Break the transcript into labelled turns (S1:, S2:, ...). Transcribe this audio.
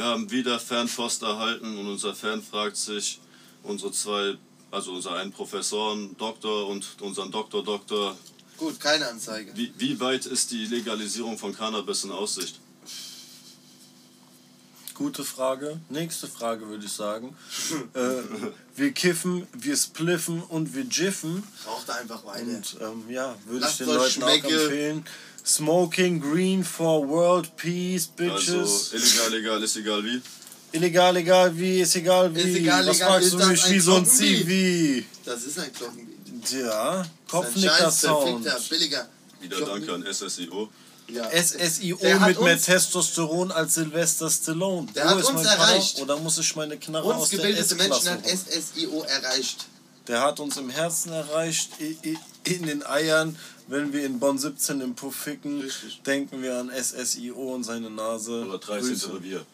S1: haben wieder Fernpost erhalten und unser Fan fragt sich, unsere zwei, also unser einen Professoren, Doktor und unseren Doktor, Doktor,
S2: Gut, keine Anzeige.
S1: wie, wie weit ist die Legalisierung von Cannabis in Aussicht?
S3: Gute Frage. Nächste Frage würde ich sagen. äh, wir kiffen, wir spliffen und wir jiffen.
S2: Raucht einfach weiter.
S3: Und ähm, ja, würde ich
S2: Lasst
S3: den
S2: euch
S3: Leuten
S2: schmecke.
S3: auch empfehlen. Smoking Green for World Peace, Bitches.
S1: Also illegal, legal ist egal wie.
S3: illegal, egal wie, ist egal wie.
S2: Ist egal,
S3: Was
S2: egal,
S3: magst
S2: ist
S3: du
S2: das
S3: mich
S2: ein
S3: wie so ein
S2: Glockenbeat?
S3: Zivi?
S2: Das ist ein Glockenlied. Das
S3: Ja,
S2: ist ein scheiß,
S3: Kopfnicker-Sound.
S2: verfickter, billiger.
S1: Wieder
S2: Glockenlied.
S1: danke an SSIO.
S2: Ja.
S3: SSIO
S2: Der hat
S3: mit mehr
S2: uns-
S3: Testosteron als Sylvester Stallone.
S2: Der hat
S3: ist
S2: uns
S3: mein Knarre?
S2: erreicht.
S3: Oder muss ich meine Knarre
S2: Uns
S3: aus der
S2: gebildete Menschen
S3: S-Klasse
S2: hat
S3: holen?
S2: SSIO erreicht.
S3: Der hat uns im Herzen erreicht, i- i- in den Eiern. Wenn wir in Bonn 17 im Puff ficken,
S2: Richtig.
S3: denken wir an SSIO und seine Nase.
S1: Oder 13.
S3: Grüße.
S1: Revier.